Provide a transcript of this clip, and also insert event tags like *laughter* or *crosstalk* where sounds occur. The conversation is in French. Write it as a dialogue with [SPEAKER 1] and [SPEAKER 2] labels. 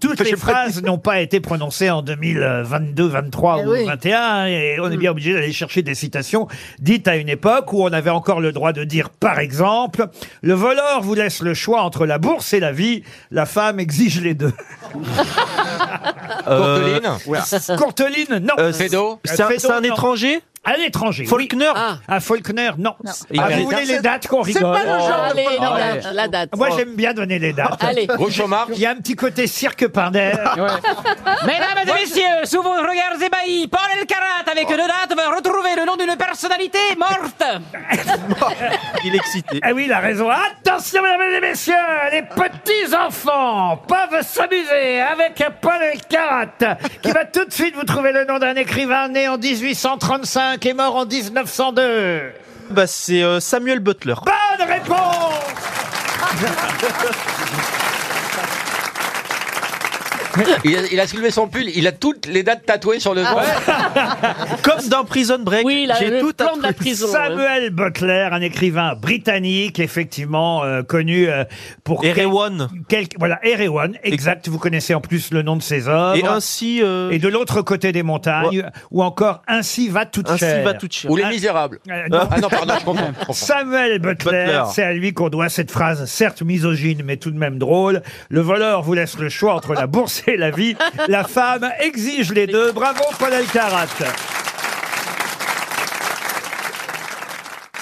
[SPEAKER 1] toutes les phrases n'ont pas été prononcées en 2022, 23
[SPEAKER 2] Eh
[SPEAKER 1] ou
[SPEAKER 2] oui.
[SPEAKER 1] 21 et on est bien obligé d'aller chercher des citations dites à une époque où on avait encore le droit de dire par exemple le voleur vous laisse le choix entre la bourse et la vie, la femme exige les deux.
[SPEAKER 3] Courteline
[SPEAKER 1] Courteline, non.
[SPEAKER 3] Euh, Fédo
[SPEAKER 1] C'est un, étranger Un étranger. Faulkner
[SPEAKER 4] Ah.
[SPEAKER 1] Un Faulkner, non. Ah, vous voulez les dates qu'on rigole
[SPEAKER 5] Allez,
[SPEAKER 1] Oh.
[SPEAKER 5] la date, la date.
[SPEAKER 1] Moi, j'aime bien donner les dates.
[SPEAKER 5] Allez.
[SPEAKER 4] *laughs*
[SPEAKER 1] Il y a un petit côté cirque par d'air.
[SPEAKER 6] Mesdames et messieurs, sous vos regards ébahis, Paul Elkarat,
[SPEAKER 5] Oh.
[SPEAKER 6] avec deux dates, va retrouver le nom d'une personnalité morte.
[SPEAKER 4] Oh,
[SPEAKER 1] Il est excité. Ah oui, il a raison. Attention, mesdames et messieurs, les petits-enfants peuvent s'amuser avec Paul Elkarat, qui va tout de suite vous trouver le nom d'un écrivain né en 1835 et mort en 1902.
[SPEAKER 4] Bah, c'est euh, Samuel Butler.
[SPEAKER 1] Bonne réponse
[SPEAKER 3] il, a, il a soulevé son pull, il a toutes les dates tatouées sur le
[SPEAKER 6] Ah
[SPEAKER 3] ventre.
[SPEAKER 4] Comme dans Prison Break,
[SPEAKER 5] Oui, là,
[SPEAKER 4] j'ai
[SPEAKER 5] le
[SPEAKER 4] tout
[SPEAKER 5] plan
[SPEAKER 4] appris.
[SPEAKER 5] de la *laughs* prison.
[SPEAKER 1] Samuel Butler, un écrivain britannique, effectivement euh, connu euh, pour quel-
[SPEAKER 4] Erewhon.
[SPEAKER 1] quel- voilà Erewhon, exact. Vous connaissez en plus le nom de ses œuvres.
[SPEAKER 4] Et ainsi, euh,
[SPEAKER 1] Et de l'autre côté des montagnes, ou encore Ainsi va toute
[SPEAKER 4] ainsi
[SPEAKER 1] chair.
[SPEAKER 4] va toute chair.
[SPEAKER 3] Ou Les Misérables.
[SPEAKER 1] Euh, non.
[SPEAKER 3] Ah non, pardon, je comprends. je comprends.
[SPEAKER 1] Samuel Butler,
[SPEAKER 4] Butler.
[SPEAKER 1] c'est à lui qu'on doit cette phrase, certes misogyne, mais tout de même drôle. Le voleur vous laisse le choix entre la bourse et la vie. La femme exige les deux. Bravo, Paul Elkarat.